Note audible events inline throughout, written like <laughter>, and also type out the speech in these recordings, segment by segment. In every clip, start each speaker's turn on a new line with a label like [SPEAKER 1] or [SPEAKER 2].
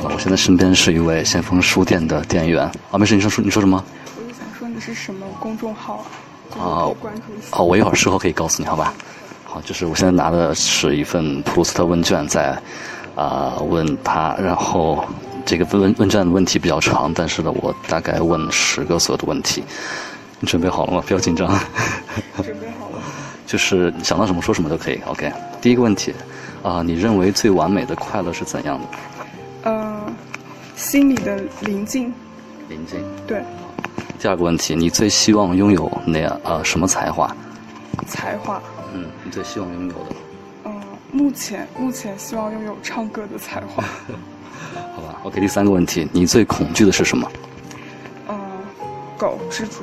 [SPEAKER 1] 啊我现在身边是一位先锋书店的店员啊，没事，你说说你说什么？
[SPEAKER 2] 我就想说你是什么公众号啊？就是
[SPEAKER 1] 啊
[SPEAKER 2] 可以关注一下。
[SPEAKER 1] 哦，我一会儿事后可以告诉你，好吧？好，就是我现在拿的是一份普鲁斯特问卷在，啊、问他，然后这个问问卷的问题比较长，但是呢，我大概问十个左右的问题。你准备好了吗？不要紧张， <laughs>
[SPEAKER 2] 准备好了。
[SPEAKER 1] 就是想到什么说什么都可以。OK，第一个问题，啊、你认为最完美的快乐是怎样的？
[SPEAKER 2] 呃，心里的宁静，
[SPEAKER 1] 林静。
[SPEAKER 2] 对，
[SPEAKER 1] 第二个问题，你最希望拥有那呃什么才华？
[SPEAKER 2] 才华。
[SPEAKER 1] 嗯，你最希望拥有的。
[SPEAKER 2] 嗯、目前目前希望拥有唱歌的才华。
[SPEAKER 1] 好吧，OK。第三个问题，你最恐惧的是什么
[SPEAKER 2] 嗯、狗蜘蛛，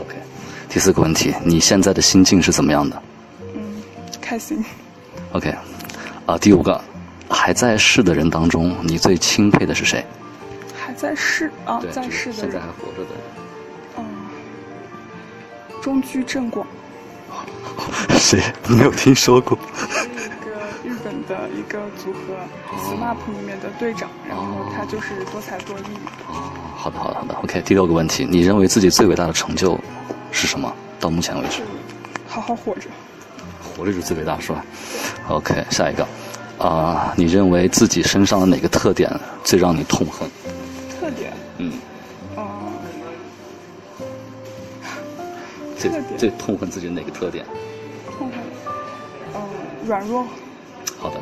[SPEAKER 1] ？OK。第四个问题，你现在的心境是怎么样的
[SPEAKER 2] 嗯，开心。
[SPEAKER 1] ？OK。啊、第五个，还在世的人当中，你最钦佩的是谁？
[SPEAKER 2] 还在世啊，在世的人，
[SPEAKER 1] 活着的人。 <laughs>
[SPEAKER 2] 嗯、中居正广，
[SPEAKER 1] 谁？没有听说过。
[SPEAKER 2] 是一个日本的一个组合 SMAP 里面的队长，然后他就是多才多艺。
[SPEAKER 1] 哦，好的，好的，好的。OK。第六个问题，你认为自己最伟大的成就是什么？到目前为止
[SPEAKER 2] 是，好好活着。
[SPEAKER 1] 活着是最伟大，是吧？OK。下一个，啊、你认为自己身上的哪个特点最让你痛恨？
[SPEAKER 2] 特点，
[SPEAKER 1] 嗯。
[SPEAKER 2] 嗯，
[SPEAKER 1] 最
[SPEAKER 2] 特点
[SPEAKER 1] 最痛恨自己的哪个特点？
[SPEAKER 2] 痛恨，嗯，软弱。
[SPEAKER 1] 好的。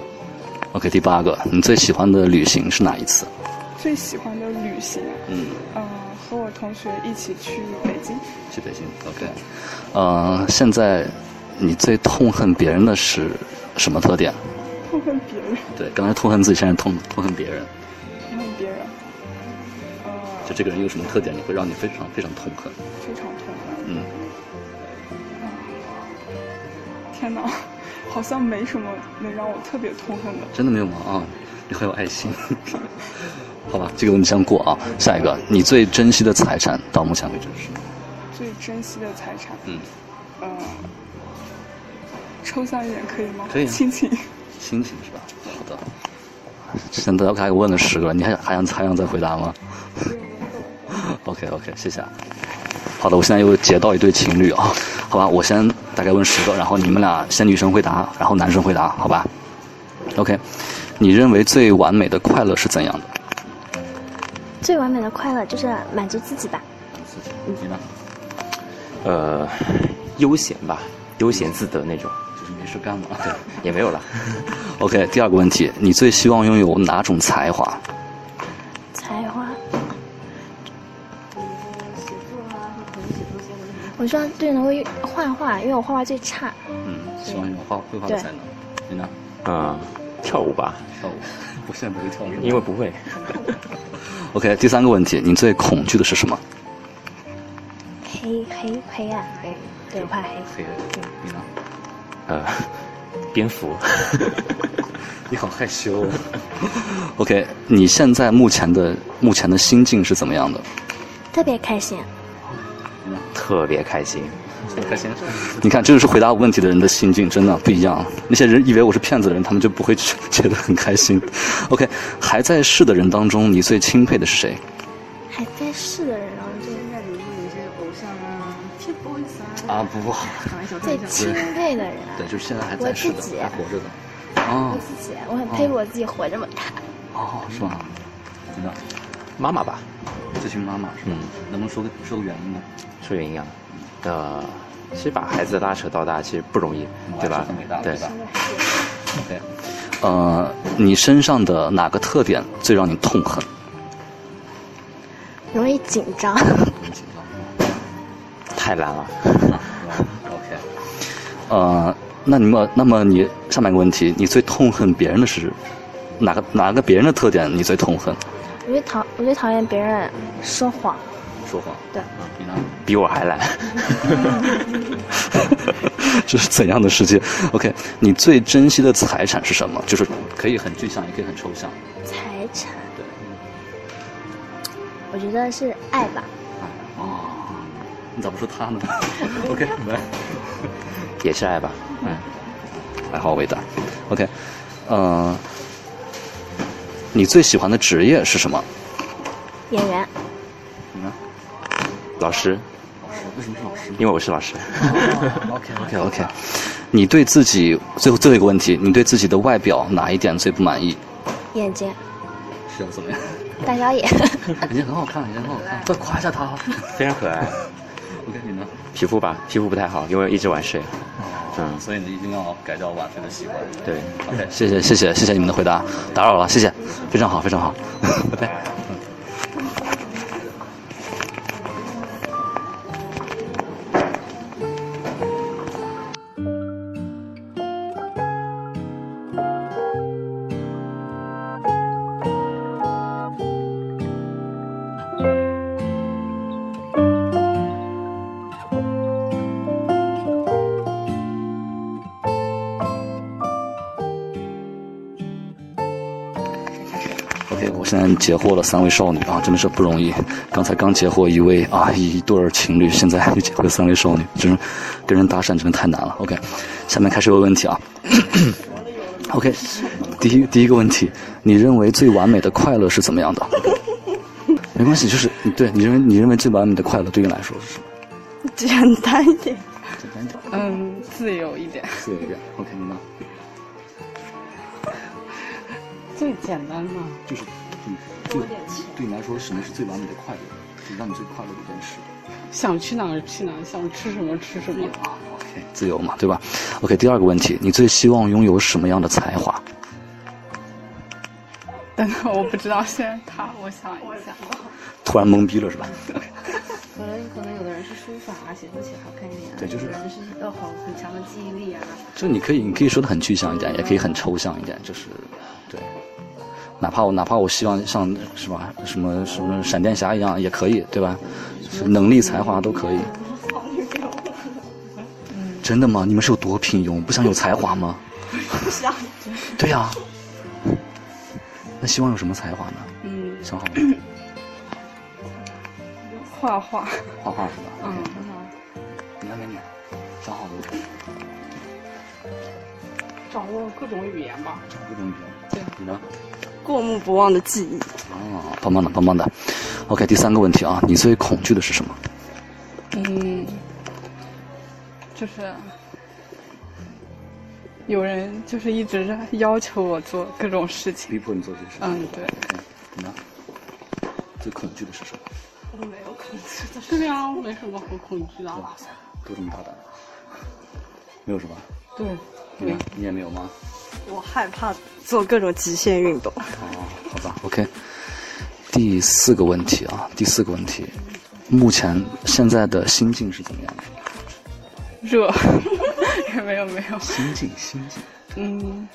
[SPEAKER 1] OK，第八个，你最喜欢的旅行是哪一次？
[SPEAKER 2] 最喜欢的旅行，
[SPEAKER 1] 嗯，
[SPEAKER 2] 嗯，和我同学一起去北京，
[SPEAKER 1] 去北京。OK，呃，现在你最痛恨别人的是什么特点？
[SPEAKER 2] 痛恨别人，
[SPEAKER 1] 对，刚才痛恨自己，现在痛痛恨别人。
[SPEAKER 2] 痛恨别人，呃，
[SPEAKER 1] 就这个人有什么特点，你会让你非常非常痛恨？
[SPEAKER 2] 非常痛恨。
[SPEAKER 1] 嗯，
[SPEAKER 2] 天哪，好像没什么能让我特别痛恨的。
[SPEAKER 1] 真的没有吗？啊，你很有爱心。 <laughs> 好吧，这个问题先过啊。下一个，你最珍惜的财产到目前为止是什么？
[SPEAKER 2] 最珍惜的财产，
[SPEAKER 1] 嗯，
[SPEAKER 2] 嗯，抽象一点可以吗？
[SPEAKER 1] 可以啊
[SPEAKER 2] 亲情，
[SPEAKER 1] 心情是吧？好的。现在我还问了十个，你还还想还想再回答吗？OK OK，谢谢啊。好的，我现在又截到一对情侣啊，好吧，我先大概问十个，然后你们俩先女生回答，然后男生回答，好吧？OK，你认为最完美的快乐是怎样的？
[SPEAKER 3] 最完美的快乐就是满足自己吧。
[SPEAKER 1] 你呢？
[SPEAKER 4] 呃，悠闲吧，悠闲自得那种，
[SPEAKER 1] 就是没事 <laughs> 干嘛。
[SPEAKER 4] 也没有了。
[SPEAKER 1] OK，第二个问题，你最希望拥有哪种才华？
[SPEAKER 3] 才华。我希望对能够画画，因为我画画最差。
[SPEAKER 1] 嗯，希望拥有画绘画的才能。你呢？
[SPEAKER 4] 嗯，跳舞吧，
[SPEAKER 1] 跳舞？ <laughs> 我现在不会跳舞。
[SPEAKER 4] 因为不会。
[SPEAKER 1] OK，第三个问题，你最恐惧的是什么？
[SPEAKER 3] 黑黑黑暗，黑，对，我怕黑。
[SPEAKER 1] 黑。你呢？
[SPEAKER 4] 呃，蝙蝠。 <laughs>
[SPEAKER 1] 你好害羞、OK，你现在目前的目前的心境是怎么样的？
[SPEAKER 3] 特别开心，
[SPEAKER 4] 特别开心，
[SPEAKER 1] 开心。你看，这就是回答我问题的人的心境，真的不一样。那些人以为我是骗子的人，他们就不会觉觉得很开心。OK，还在世的人当中，你最钦佩的是谁？
[SPEAKER 3] 还在世的人哦，
[SPEAKER 5] 现在比如说有些偶像啊，TFBOYS 啊，
[SPEAKER 1] 啊，不好。
[SPEAKER 5] 开玩笑，开
[SPEAKER 3] 最
[SPEAKER 5] 玩笑
[SPEAKER 3] 钦，佩的人啊，
[SPEAKER 1] 对，就是现在还
[SPEAKER 3] 我
[SPEAKER 1] 在世的
[SPEAKER 3] 自，己
[SPEAKER 1] 还活着的。哦
[SPEAKER 3] 我自己，我很佩服我自己活这么大。
[SPEAKER 1] 哦，是吧？真的，
[SPEAKER 4] 妈妈吧，
[SPEAKER 1] 这群妈妈是吧？
[SPEAKER 4] 嗯
[SPEAKER 1] 能不能说个说个原因呢？
[SPEAKER 4] 说原因啊，呃，其实把孩子拉扯到大其实不容易，
[SPEAKER 1] 嗯
[SPEAKER 4] 对吧
[SPEAKER 1] 很伟大？的
[SPEAKER 4] 对
[SPEAKER 1] 对吧？OK，呃，你身上的哪个特点最让你痛恨？
[SPEAKER 3] 容易紧张， <laughs>
[SPEAKER 1] 很紧张。
[SPEAKER 4] 太懒了。
[SPEAKER 1] <laughs> OK，呃，那你们，那么你下面一个问题，你最痛恨别人的是哪个哪个别人的特点？你最痛恨？
[SPEAKER 3] 我最讨我最讨厌别人说谎。
[SPEAKER 1] 说谎。嗯
[SPEAKER 3] 对，
[SPEAKER 1] 你呢？
[SPEAKER 4] 比我还懒，
[SPEAKER 1] <laughs> 这是怎样的世界？OK，你最珍惜的财产是什么？就是可以很具象，也可以很抽象。
[SPEAKER 3] 财产，
[SPEAKER 1] 对。
[SPEAKER 3] 我觉得是爱吧。
[SPEAKER 1] 哦，你咋不说他呢 <laughs> ？OK，来，
[SPEAKER 4] 也是爱吧。嗯，
[SPEAKER 1] 还好伟大。OK，呃，你最喜欢的职业是什 <laughs> 么？
[SPEAKER 3] 演员，
[SPEAKER 1] 你呢？
[SPEAKER 4] 老师，
[SPEAKER 1] 为什么是老师
[SPEAKER 4] 因为我是老师，
[SPEAKER 1] ？OK OK OK。你对自己最后最后一个问题，你对自己的外表哪一点最不满意？
[SPEAKER 3] 眼睛，
[SPEAKER 1] 是啊，怎么样？
[SPEAKER 3] 大小眼，
[SPEAKER 1] 人哎家很好看，人家很好看， <laughs> 快夸一下他。
[SPEAKER 4] 非常可爱。
[SPEAKER 1] 我跟你呢？
[SPEAKER 4] <laughs> 皮肤吧，皮肤不太好，因为一直晚睡。嗯，
[SPEAKER 1] 所以你一定要改掉晚睡的习惯。
[SPEAKER 4] 对，
[SPEAKER 1] OK，谢 <laughs> 谢谢谢谢谢你们的回答，打扰了，谢谢，非常好非常好，拜拜。OK，我现在截获了三位少女啊，真的是不容易。刚才刚截获一位啊，一对儿情侣，现在又截获三位少女，真是跟人搭讪真的太难了。OK，下面开始问问题啊。OK，第一第一个问题，你认为最完美的快乐是怎么样的？ <laughs> 没关系，就是你对你认为你认为最完美的快乐对你来说是什么？
[SPEAKER 5] 简单一点，
[SPEAKER 1] 简单一点，
[SPEAKER 5] 嗯，自由一点，
[SPEAKER 1] 自由一点。OK，你呢？
[SPEAKER 5] 最简单嘛。
[SPEAKER 1] 就是你对对你来说，什么是最完美的快乐？就让你最快乐的一件事。
[SPEAKER 5] 想去哪儿去哪儿，想吃什么吃什么。
[SPEAKER 1] OK，自由嘛，对吧？OK，第二个问题，你最希望拥有什么样的才华？
[SPEAKER 2] 但是 <laughs> 我不知道现在他，我想一下，
[SPEAKER 1] 突然懵逼了是吧？
[SPEAKER 5] 可能可能有的人是书法啊，写字写好看一点啊
[SPEAKER 1] 对就是
[SPEAKER 5] 有的人是要好很强的记忆力啊。
[SPEAKER 1] 就你可以，你可以说的很具象一点，也可以很抽象一点，就是对。哪怕我哪怕我希望像是吧，什么什么闪电侠一样也可以，对吧？就是能力才华都可以。真的吗？你们是有多平庸，不想有才华吗？不想。对呀、那希望有什么才华呢？
[SPEAKER 2] 嗯，
[SPEAKER 1] 想好了，
[SPEAKER 2] 画画，
[SPEAKER 1] 画画是吧？
[SPEAKER 2] 嗯，
[SPEAKER 1] 你看美女，想好了吗？
[SPEAKER 2] 掌握各种语言吧。
[SPEAKER 1] 各种语言。
[SPEAKER 2] 对，
[SPEAKER 1] 你呢？
[SPEAKER 5] 过目不忘的记忆，
[SPEAKER 1] 啊，棒棒的，棒棒的。OK，第三个问题啊，你最恐惧的是什么？
[SPEAKER 2] 嗯，就是有人就是一直在要求我做各种事情。
[SPEAKER 1] 迫你做这些事
[SPEAKER 2] 嗯，对，
[SPEAKER 1] 你呢？最恐惧的是什么？
[SPEAKER 5] 对啊，没什么好恐惧的啊。
[SPEAKER 1] 哇塞，都这么大胆，没有什么。
[SPEAKER 5] 对，
[SPEAKER 1] 你呢？你也没有吗？
[SPEAKER 6] 啊我害怕做各种极限运动。
[SPEAKER 1] 哦，好吧，OK。第四个问题啊，第四个问题，目前现在的心境是怎么样的？
[SPEAKER 2] 热， <laughs> 也没有没有，
[SPEAKER 1] 心境，心境。
[SPEAKER 2] 嗯，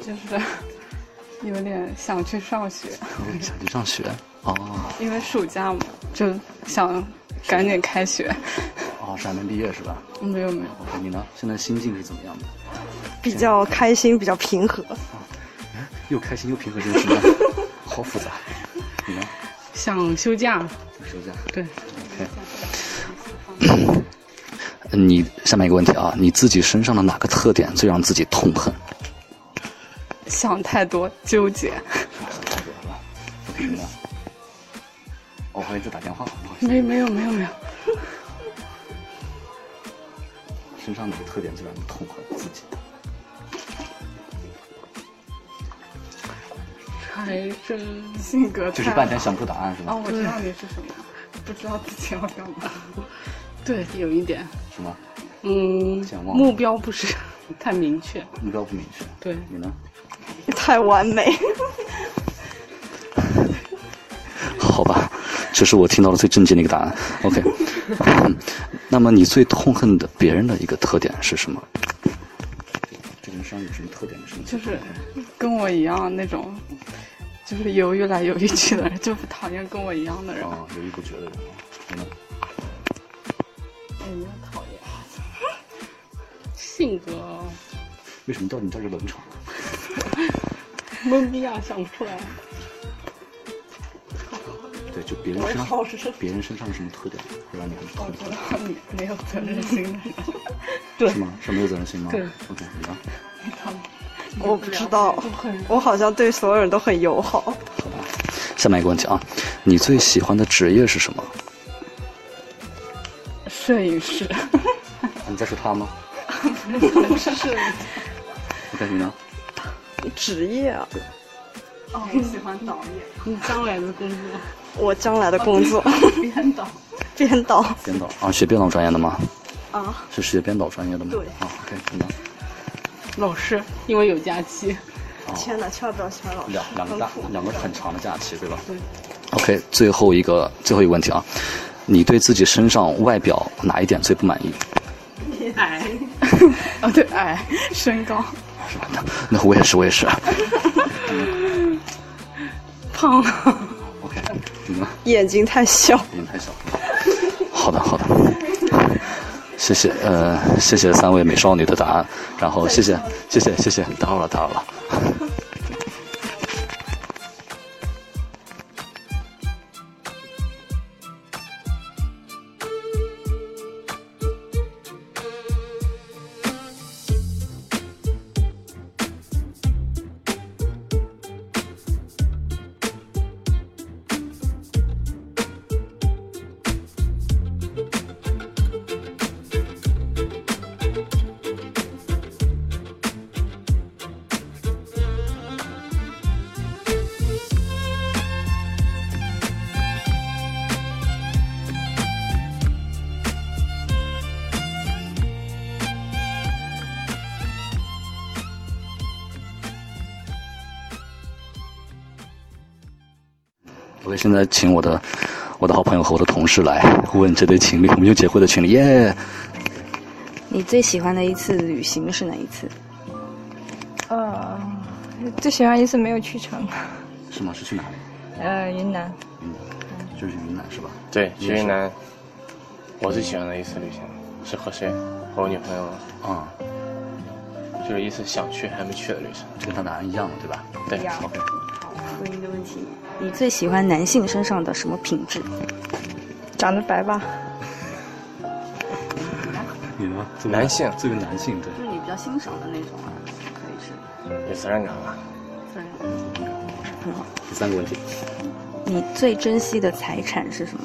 [SPEAKER 2] 就是有点想去上学，
[SPEAKER 1] 我想去上学。哦，
[SPEAKER 2] 因为暑假嘛，就想赶紧开学。
[SPEAKER 1] 哦，是还没毕业是吧
[SPEAKER 2] 没有没有，
[SPEAKER 1] ？OK，你哦呢？现在心境是怎么样的？
[SPEAKER 6] 比较开心，比较平和，
[SPEAKER 1] 又开心又平和，这是 <laughs> 什么？好复杂。你呢？
[SPEAKER 5] 想休假。
[SPEAKER 1] 休假。
[SPEAKER 5] 对，
[SPEAKER 1] <coughs> 你下面一个问题啊，你自己身上的哪个特点最让自己痛恨？
[SPEAKER 2] 想太多，纠结。
[SPEAKER 1] 你呢？哦，我还在打电话，不好
[SPEAKER 5] 嗯
[SPEAKER 1] 意思。
[SPEAKER 2] 没没有没有没有，
[SPEAKER 1] 身上哪个特点最让你痛恨自己的？
[SPEAKER 2] 还真
[SPEAKER 5] 性格
[SPEAKER 1] 就是半天想不出答案是
[SPEAKER 2] 啊，
[SPEAKER 5] 哦
[SPEAKER 1] 吧？
[SPEAKER 2] 我知道你是什么，不知道自己要干嘛。
[SPEAKER 5] 对，有一点，
[SPEAKER 1] 什么
[SPEAKER 5] 嗯
[SPEAKER 1] 健，忘
[SPEAKER 5] 目标不是太明确。
[SPEAKER 1] 目标不明确？
[SPEAKER 5] 对
[SPEAKER 1] 你呢？
[SPEAKER 6] 太完美。
[SPEAKER 1] 好吧，这是我听到的最震惊的一个答案。OK，那么你最痛恨的别人的一个特点是什么？这个人身上有什么特点？是
[SPEAKER 2] 就是跟我一样那种，就是犹豫来犹豫去的人，就不讨厌跟我一样的人。
[SPEAKER 1] 啊，犹豫不决的人。你呢？
[SPEAKER 5] 嗯，讨厌。性格啊
[SPEAKER 1] 为什么到你这儿就冷场？
[SPEAKER 5] <laughs> 懵逼啊，想不出来。
[SPEAKER 1] 对，就别人身上，别人身上有什么特点会让你
[SPEAKER 5] 哦
[SPEAKER 1] 很痛恨？
[SPEAKER 2] 你没有责任心的人，
[SPEAKER 1] 是吗？是没有责任心吗？
[SPEAKER 5] 对
[SPEAKER 1] ，OK，你呢？
[SPEAKER 6] 我不知道，我好像对所有人都很友好。
[SPEAKER 1] 下面一个问题啊，你最喜欢的职业是什么？
[SPEAKER 2] 摄影师，
[SPEAKER 1] 啊你在说他吗？ <laughs> 不是，你呢？
[SPEAKER 6] 职业啊，
[SPEAKER 7] 哦，我喜欢导演。你将来的工作？
[SPEAKER 6] 我将来的工作，
[SPEAKER 7] 编导。
[SPEAKER 6] 啊 <laughs> 编导
[SPEAKER 1] 编导啊，学编导专业的吗？
[SPEAKER 6] 啊，
[SPEAKER 1] 是学编导专业的吗？
[SPEAKER 6] 对
[SPEAKER 1] 啊，OK，你呢？
[SPEAKER 7] 老师，因为有假期。
[SPEAKER 6] 天哪，千万不要喜欢老师，
[SPEAKER 1] 两两个
[SPEAKER 6] 很
[SPEAKER 1] 大
[SPEAKER 6] 苦，
[SPEAKER 1] 两个很长的假期，对吧？对。OK，最后一个最后一个问题啊，你对自己身上外表哪一点最不满意？ <laughs>
[SPEAKER 7] 哎，
[SPEAKER 2] 哦对，矮，身高，
[SPEAKER 1] 是吧？那那我也是，我也是。
[SPEAKER 2] 胖，
[SPEAKER 1] OK，你呢？
[SPEAKER 6] 眼睛太小。
[SPEAKER 1] 您太小。 <laughs> 好的，好的。 <laughs> 谢谢，呃，谢谢三位美少女的答案，然后谢谢，谢谢，谢谢，打扰了，打扰了。我会现在请我的我的好朋友和我的同事来问这对情侣，我们又结婚的情侣，耶、
[SPEAKER 3] 你最喜欢的一次旅行是哪一次？
[SPEAKER 8] 呃，最喜欢一次没有去成，
[SPEAKER 1] 是吗？是去哪里？
[SPEAKER 8] 呃，云南。
[SPEAKER 1] 云南，就是云南是吧？
[SPEAKER 4] 对，去云南，我最喜欢的一次旅行是和谁？和我女朋友，
[SPEAKER 1] 啊、
[SPEAKER 4] 就是一次想去还没去的旅行。
[SPEAKER 1] 这跟他答案一样的对吧？
[SPEAKER 4] 对，
[SPEAKER 1] OK，
[SPEAKER 3] 婚姻的问题。你最喜欢男性身上的什么品质？
[SPEAKER 8] 长得白吧，
[SPEAKER 1] 你呢？
[SPEAKER 4] 男性
[SPEAKER 1] 这个男性对，
[SPEAKER 7] 就是你比较欣赏的那种啊，可以是。
[SPEAKER 4] 有责任感
[SPEAKER 8] 啊
[SPEAKER 4] 吧？
[SPEAKER 7] 自然。
[SPEAKER 1] 第三个问题，
[SPEAKER 3] 你最珍惜的财产是什么？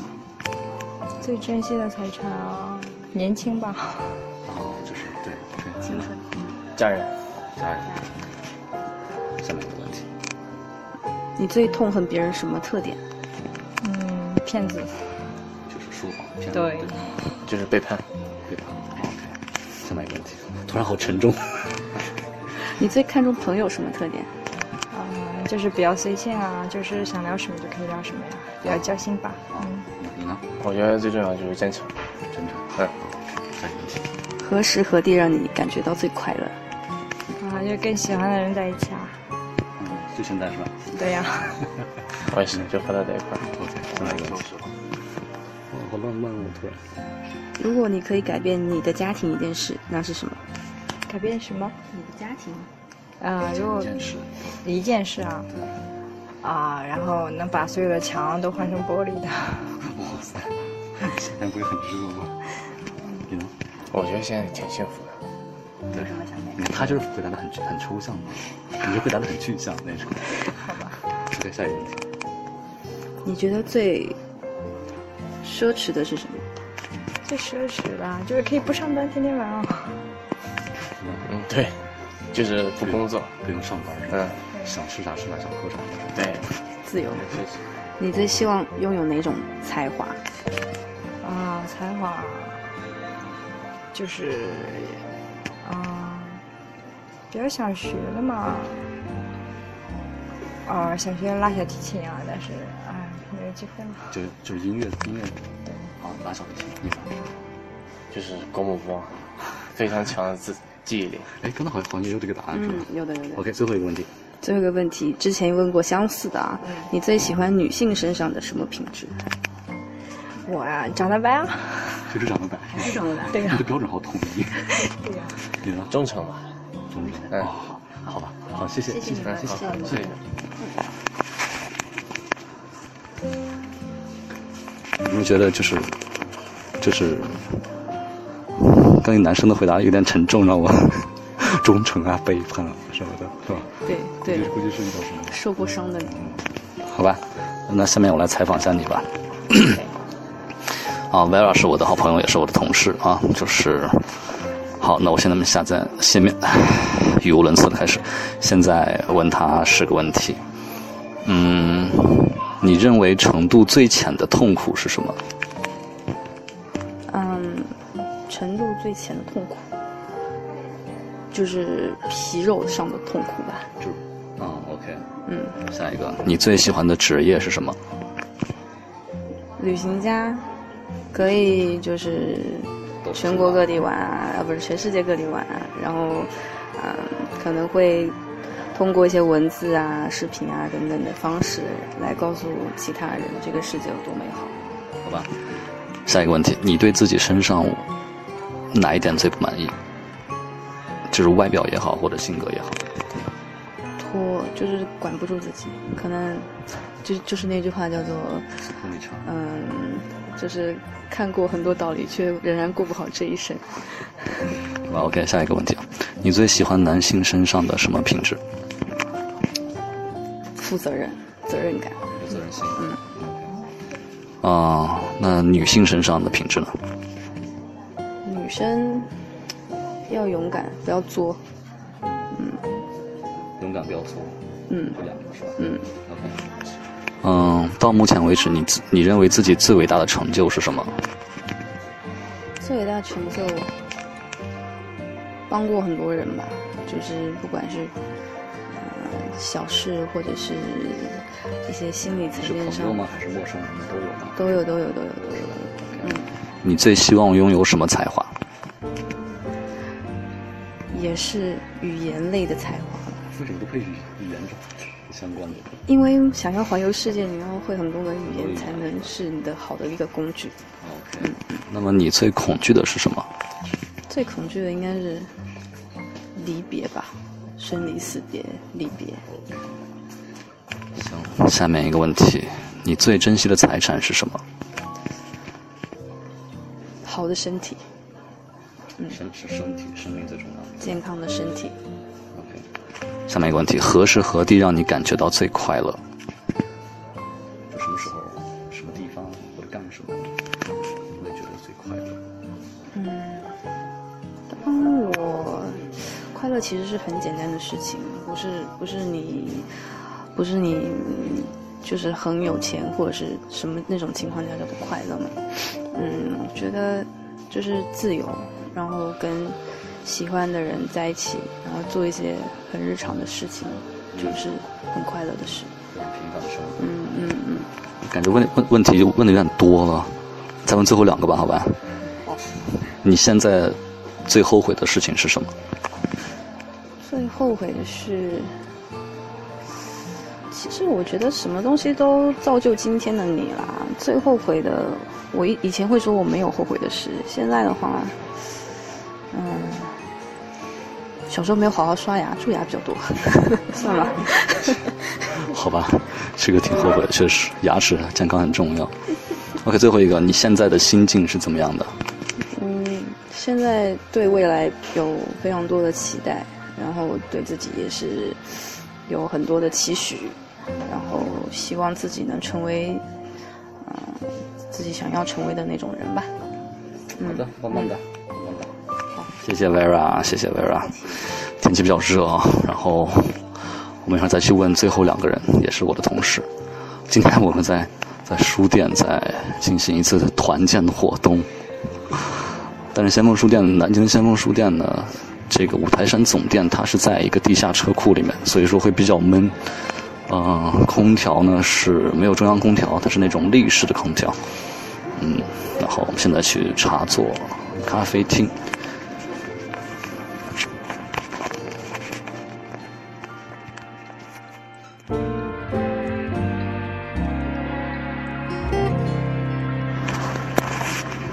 [SPEAKER 8] 最珍惜的财产啊，年轻吧。
[SPEAKER 1] 哦，就是对对，青春，
[SPEAKER 4] 家人，
[SPEAKER 1] 家人。下面一个问题，
[SPEAKER 3] 你最痛恨别人什么特点？
[SPEAKER 8] 嗯，骗子。
[SPEAKER 1] 就是说谎骗人
[SPEAKER 8] 对
[SPEAKER 1] 对吧
[SPEAKER 4] 就是背叛，
[SPEAKER 1] 对吧？OK，下面一个问题，突然好沉重。
[SPEAKER 3] 你最看重朋友什么特点？
[SPEAKER 8] 嗯，就是比较随性啊，就是想聊什么就可以聊什么呀，比较交心吧。嗯，
[SPEAKER 1] 你呢？
[SPEAKER 4] 我觉得最重要的就是真诚。
[SPEAKER 1] 真诚。
[SPEAKER 4] 嗯，
[SPEAKER 1] 下一个问题，
[SPEAKER 3] 何时何地让你感觉到最快乐？
[SPEAKER 8] 啊，就跟喜欢的人在一起啊。
[SPEAKER 1] 嗯，就现在是吧
[SPEAKER 8] 对呀、
[SPEAKER 4] 我也是，就和他在一块儿。
[SPEAKER 1] ？OK，下面一个问题。哇，好浪漫哦！突然，
[SPEAKER 3] 如果你可以改变你的家庭一件事，那是什么？
[SPEAKER 8] 改变什么？
[SPEAKER 3] 你的家庭？
[SPEAKER 8] 呃，如
[SPEAKER 1] 一
[SPEAKER 8] 果
[SPEAKER 1] 件事，
[SPEAKER 8] 一件事啊，啊，然后能把所有的墙都换成玻璃的。
[SPEAKER 1] 哇塞，现在不是很热吗？你呢？
[SPEAKER 4] 我觉得现在挺幸福的。
[SPEAKER 1] 对，你看他就是回答的很很抽象嘛，你就回答的很具象那种。好吧。OK，下一个问题，
[SPEAKER 3] 你觉得最奢侈的是什么？
[SPEAKER 8] 最奢侈吧，就是可以不上班，天天玩哦。
[SPEAKER 4] 嗯，对，就是不工作。
[SPEAKER 1] 不用上班是吧？
[SPEAKER 4] 嗯，
[SPEAKER 1] 想吃啥吃啥，想喝啥。
[SPEAKER 4] 对，
[SPEAKER 3] 自由。你最希望拥有哪种才华？
[SPEAKER 8] 啊，才华就是啊，比较想学的嘛，啊，想学拉小提琴啊，但是哎，没有机会了。
[SPEAKER 1] 就是就是音乐音乐，啊，拉小提琴，你呢？
[SPEAKER 4] 就是狗母波，非常强的自记忆力。
[SPEAKER 1] 哎，刚才好像好像也有这个答案是吧
[SPEAKER 3] 嗯，有的有的。
[SPEAKER 1] ？OK，最后一个问题，
[SPEAKER 3] 最后一个问题，之前问过相似的啊，你最喜欢女性身上的什么品质？
[SPEAKER 8] 我呀、长得白啊，
[SPEAKER 1] 就是长得白，
[SPEAKER 8] 对呀、
[SPEAKER 1] 你的标准好统一。
[SPEAKER 8] 对呀、
[SPEAKER 1] 你呢？
[SPEAKER 4] 忠诚吧，
[SPEAKER 1] 中正。
[SPEAKER 4] 嗯
[SPEAKER 1] 啊，好吧，好，谢谢，谢谢，
[SPEAKER 4] 嗯，好，谢谢。
[SPEAKER 1] 你们觉得就是就是，关于男生的回答有点沉重，让我 <laughs> 忠诚啊、背叛啊什么的，是吧？
[SPEAKER 3] 对对
[SPEAKER 1] 估计，估计是遇到什么。
[SPEAKER 3] 受过伤的你。
[SPEAKER 1] 好吧，那下面我来采访一下你吧。 <clears throat> 啊，Vera 是我的好朋友，也是我的同事啊，就是。好，那我现在们下载下面语无伦次的开始。现在问他十个问题。嗯，你认为程度最浅的痛苦是什么？
[SPEAKER 3] 嗯，程度最浅的痛苦，就是皮肉上的痛苦吧。
[SPEAKER 1] 就，嗯，OK，
[SPEAKER 3] 嗯，
[SPEAKER 1] 下一个，你最喜欢的职业是什么？
[SPEAKER 3] 旅行家可以就是全国各地玩啊，啊不是全世界各地玩啊，然后嗯，可能会通过一些文字啊、视频啊等等的方式来告诉其他人这个世界有多美好。
[SPEAKER 1] 好吧。下一个问题，你对自己身上哪一点最不满意？就是外表也好，或者性格也好。
[SPEAKER 3] 拖就是管不住自己，可能就就是那句话叫做嗯，就是看过很多道理，却仍然过不好这一生。
[SPEAKER 1] 好吧 OK，下一个问题啊，你最喜欢男性身上的什么品质？
[SPEAKER 3] 负责任、责任感，
[SPEAKER 1] 有责任心。嗯。啊、那女性身上的品质呢？
[SPEAKER 3] 女生要勇敢，不要作。
[SPEAKER 1] 勇敢不要粗，
[SPEAKER 3] 嗯
[SPEAKER 1] 不两是吧？
[SPEAKER 3] 嗯，
[SPEAKER 1] OK。嗯，到目前为止，你自你认为自己最伟大的成就是什么？
[SPEAKER 3] 最伟大的成就，帮过很多人吧，就是不管是。呃小事或者是一些心理层面上，？
[SPEAKER 1] 还是陌生人都有吗？
[SPEAKER 3] 都有都有都有都有。嗯，
[SPEAKER 1] 你最希望拥有什么才华？
[SPEAKER 3] 也是语言类的才华，
[SPEAKER 1] 为什么都配语语言相关的？
[SPEAKER 3] 因为想要环游世界，你要会很多的语言，才能是你的好的一个工具。
[SPEAKER 1] OK。那么你最恐惧的是什么？
[SPEAKER 3] 最恐惧的应该是离别吧，生离死别，离别。
[SPEAKER 1] 行，下面一个问题，你最珍惜的财产是什么？
[SPEAKER 3] 好的身体，
[SPEAKER 1] 身是身体，生命最重要。
[SPEAKER 3] 健康的身体，
[SPEAKER 1] OK。下面一个问题，何时何地让你感觉到最快乐？就什么时候、什么地方或者干什么，会觉得最快乐？
[SPEAKER 3] 当嗯我快乐其实是很简单的事情，不是不是你，不是你，嗯就是很有钱或者是什么那种情况下叫做快乐嘛。嗯，我觉得就是自由，然后跟喜欢的人在一起，然后做一些很日常的事情，就是很快乐的事。
[SPEAKER 1] 平凡的生活。
[SPEAKER 3] 嗯嗯嗯，
[SPEAKER 1] 感觉问问问题就问的有点多了，再问最后两个吧，好吧？你现在最后悔的事情是什么？
[SPEAKER 3] 最后悔的是。其实我觉得什么东西都造就今天的你啦。最后悔的，我以以前会说我没有后悔的事，现在的话，嗯，小时候没有好好刷牙，蛀牙比较多， <laughs> 算了。
[SPEAKER 1] 好吧，这个挺后悔的，确实，牙齿健康很重要。OK，最后一个，你现在的心境是怎么样的？
[SPEAKER 3] 嗯，现在对未来有非常多的期待，然后对自己也是有很多的期许，然后希望自己能成为，嗯、自己想要成为的那种人吧。嗯
[SPEAKER 1] 好的，慢慢的，慢慢的。谢谢 Vera，谢谢 Vera。天气比较热啊，然后我们一会儿再去问最后两个人，也是我的同事。今天我们在在书店在进行一次团建活动，但是先锋书店，南京的先锋书店呢，这个五台山总店它是在一个地下车库里面，所以说会比较闷。嗯、空调呢是没有中央空调，它是那种立式的空调。嗯，然后我们现在去茶座咖啡厅。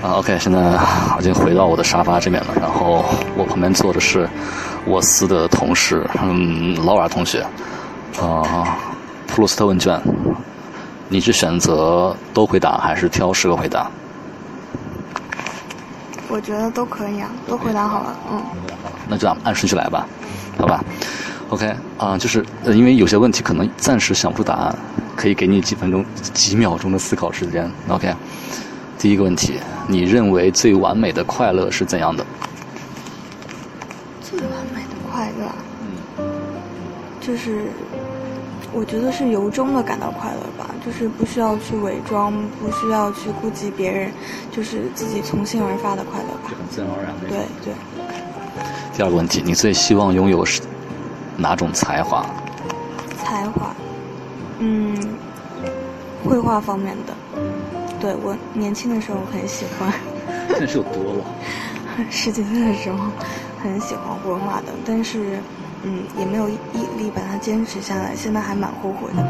[SPEAKER 1] 啊，OK，现在我已经回到我的沙发这边了。然后我旁边坐的是沃斯的同事，嗯，劳尔同学，啊、普鲁斯特问卷，你是选择都回答还是挑十个回答？
[SPEAKER 6] 我
[SPEAKER 9] 我觉得都可以啊，都回答好了，嗯。
[SPEAKER 1] 那就按按顺序来吧，好吧？OK 啊、就是呃，因为有些问题可能暂时想不出答案，可以给你几分钟、几秒钟的思考时间。OK，第一个问题，你认为最完美的快乐是怎样的？
[SPEAKER 9] 最完美的快乐，啊就是我觉得是由衷的感到快乐吧，就是不需要去伪装，不需要去顾及别人，就是自己从心而发的快乐吧。
[SPEAKER 1] 自然而然
[SPEAKER 9] 对对，
[SPEAKER 1] 第二个问题，你最希望拥有是哪种才华？
[SPEAKER 9] 才华，嗯，绘画方面的，对我年轻的时候很喜欢，
[SPEAKER 1] 现在是有多老？
[SPEAKER 9] 十几岁的时候很喜欢绘画的，但是嗯也没有毅力把它坚持下来，现在还蛮后悔的。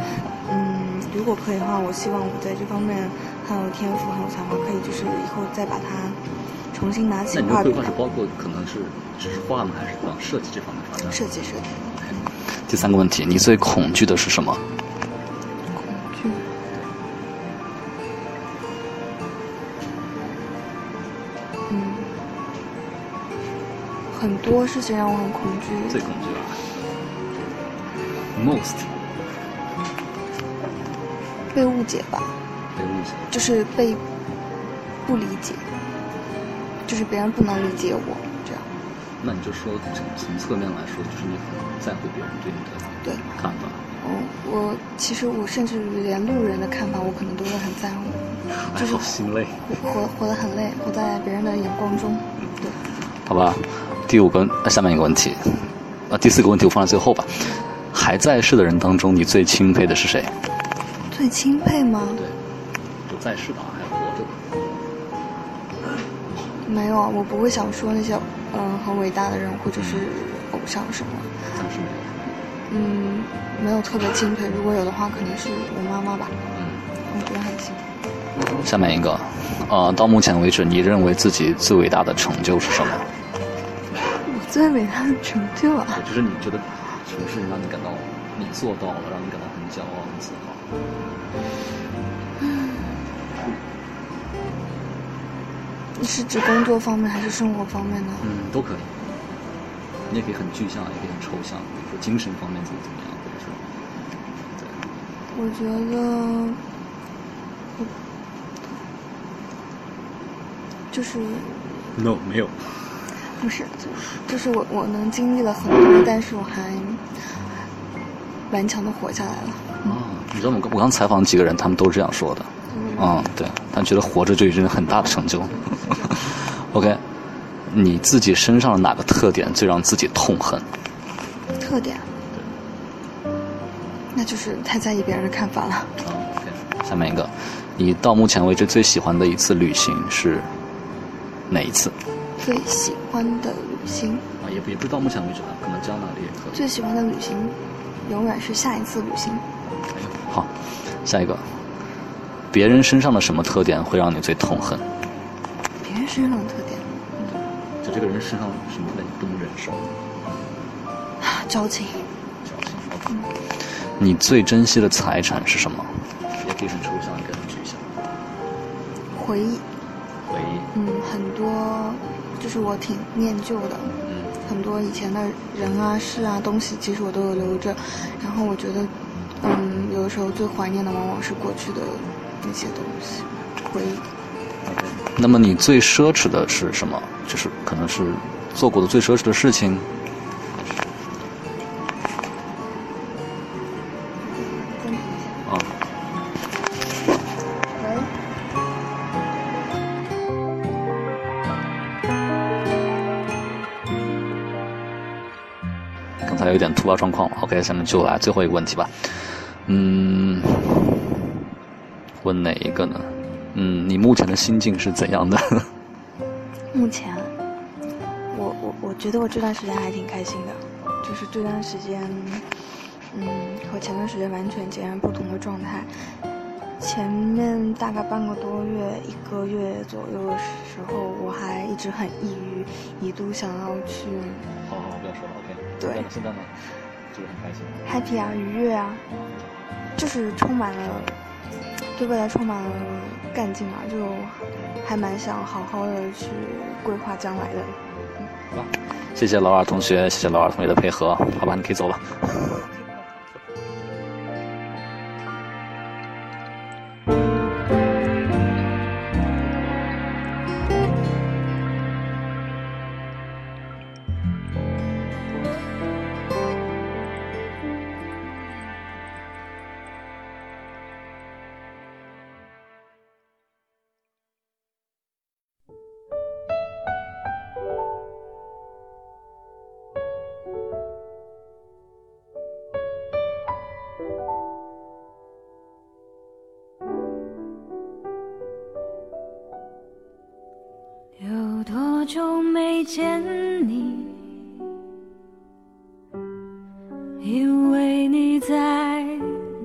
[SPEAKER 9] 嗯，如果可以的话，我希望我在这方面很有天赋，很有才华，可以就是以后再把它重新拿起
[SPEAKER 1] 那你
[SPEAKER 9] 画
[SPEAKER 1] 的绘
[SPEAKER 9] 笔
[SPEAKER 1] 画是
[SPEAKER 9] 来
[SPEAKER 1] 包括可能是只是画吗？还是往设计这方面发展？
[SPEAKER 9] 设计设计。
[SPEAKER 1] 第三个问题，你最恐惧的是什么？
[SPEAKER 9] 嗯，很多事情让我很恐惧
[SPEAKER 1] 最。恐惧啊？Most
[SPEAKER 9] 被误解吧，
[SPEAKER 1] 被误解。
[SPEAKER 9] 就是被不理解，就是别人不能理解我这样。
[SPEAKER 1] 那你就说从从侧面来说，就是你很在乎别人对你的
[SPEAKER 9] 对，
[SPEAKER 1] 看法。
[SPEAKER 9] 嗯，我其实我甚至连路人的看法，我可能都会很在
[SPEAKER 1] <laughs>
[SPEAKER 9] 乎，就是
[SPEAKER 1] 哎好心累。
[SPEAKER 9] 活活得很累，活在别人的眼光中。对，
[SPEAKER 1] 好吧，第五个，呃下面一个问题，啊，第四个问题我放在最后吧。还在世的人当中，你最钦佩的是谁？
[SPEAKER 9] 最钦佩吗？
[SPEAKER 1] 对，不在世的啊，还活着的。
[SPEAKER 9] 没有啊，我不会想说那些嗯很伟大的人或者是
[SPEAKER 1] 嗯
[SPEAKER 9] 偶像什么。
[SPEAKER 1] 暂时没有。
[SPEAKER 9] 嗯，没有特别敬佩，如果有的话，可能是我妈妈吧。
[SPEAKER 1] 嗯
[SPEAKER 9] 我觉得很幸福。
[SPEAKER 1] 下面一个，呃，到目前为止，你认为自己最伟大的成就是什么？
[SPEAKER 9] 我最伟大的成就啊，
[SPEAKER 1] 就是你觉得什么事情让你感到你做到了，让你感到很骄傲、很自豪？
[SPEAKER 9] 你是指工作方面还是生活方面呢？
[SPEAKER 1] 嗯，都可以。你也可以很具象，也可以很抽象，比如说精神方面怎么怎么样，或者说，对，
[SPEAKER 9] 我觉得我就是
[SPEAKER 1] ，no，没有。
[SPEAKER 9] 不是，就是我我能经历了很多，但是我还顽强的活下来了。
[SPEAKER 1] 啊，你知道我刚我刚采访几个人，他们都是这样说的。嗯，对，他觉得活着就已经很大的成就。OK，你自己身上的哪个特点最让自己痛恨？
[SPEAKER 9] 特点，那就是太在意别人的看法了。
[SPEAKER 1] 啊，OK，下面一个，你到目前为止最喜欢的一次旅行是哪一次？
[SPEAKER 9] 最喜欢的旅行，
[SPEAKER 1] 啊，也不也不是到目前为止吧，可能将来也可以。
[SPEAKER 9] 最喜欢的旅行，永远是下一次旅行。
[SPEAKER 1] 好，下一个，别人身上的什么特点会让你最痛恨？
[SPEAKER 9] 别人身上的特点，
[SPEAKER 1] 就这个人身上什么特点你不能忍受？
[SPEAKER 9] 啊矫情，
[SPEAKER 1] 小心 OK。你最珍惜的财产是什么？也可以很抽象，也可以很具象。
[SPEAKER 9] 回忆，
[SPEAKER 1] 回忆，
[SPEAKER 9] 嗯，很多就是我挺念旧的，
[SPEAKER 1] 嗯，
[SPEAKER 9] 很多以前的人啊、事啊、东西，其实我都有留着。然后我觉得，嗯，有的时候最怀念的往往是过去的那些东西，回忆。
[SPEAKER 1] 那么你最奢侈的是什么？就是可能是做过的最奢侈的事情。啊，刚才有点突发状况，OK，下面就来最后一个问题吧。嗯，问哪一个呢？嗯，你目前的心境是怎样的？
[SPEAKER 3] 目前
[SPEAKER 9] 我我我觉得我这段时间还挺开心的，就是这段时间，嗯，和前段时间完全截然不同的状态。前面大概半个多月、一个月左右的时候，我还一直很抑郁，一度想要去
[SPEAKER 1] 好
[SPEAKER 4] 嗯
[SPEAKER 1] 好，不要说了，OK。
[SPEAKER 9] 对
[SPEAKER 1] 现在呢，就是很开心。
[SPEAKER 9] happy 啊、愉悦啊，就是充满了对未来充满了干劲嘛，就还蛮想好好的去规划将来的。
[SPEAKER 1] 谢谢老二同学，谢谢老二同学的配合，好吧，你可以走了。
[SPEAKER 8] 有多久没见你？以为你在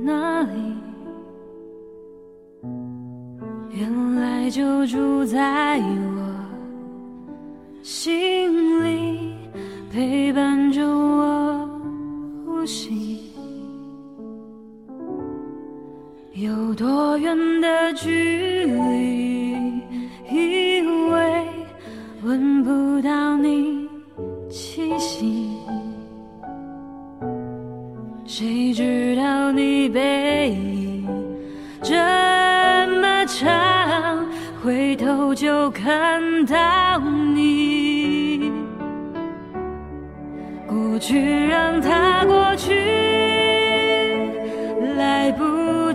[SPEAKER 8] 哪里？原来就住在我心里，陪伴着我呼吸。有多远的距离？以为闻不到你气息，谁知道你背影这么长，回头就看到你。过去让它过去，来不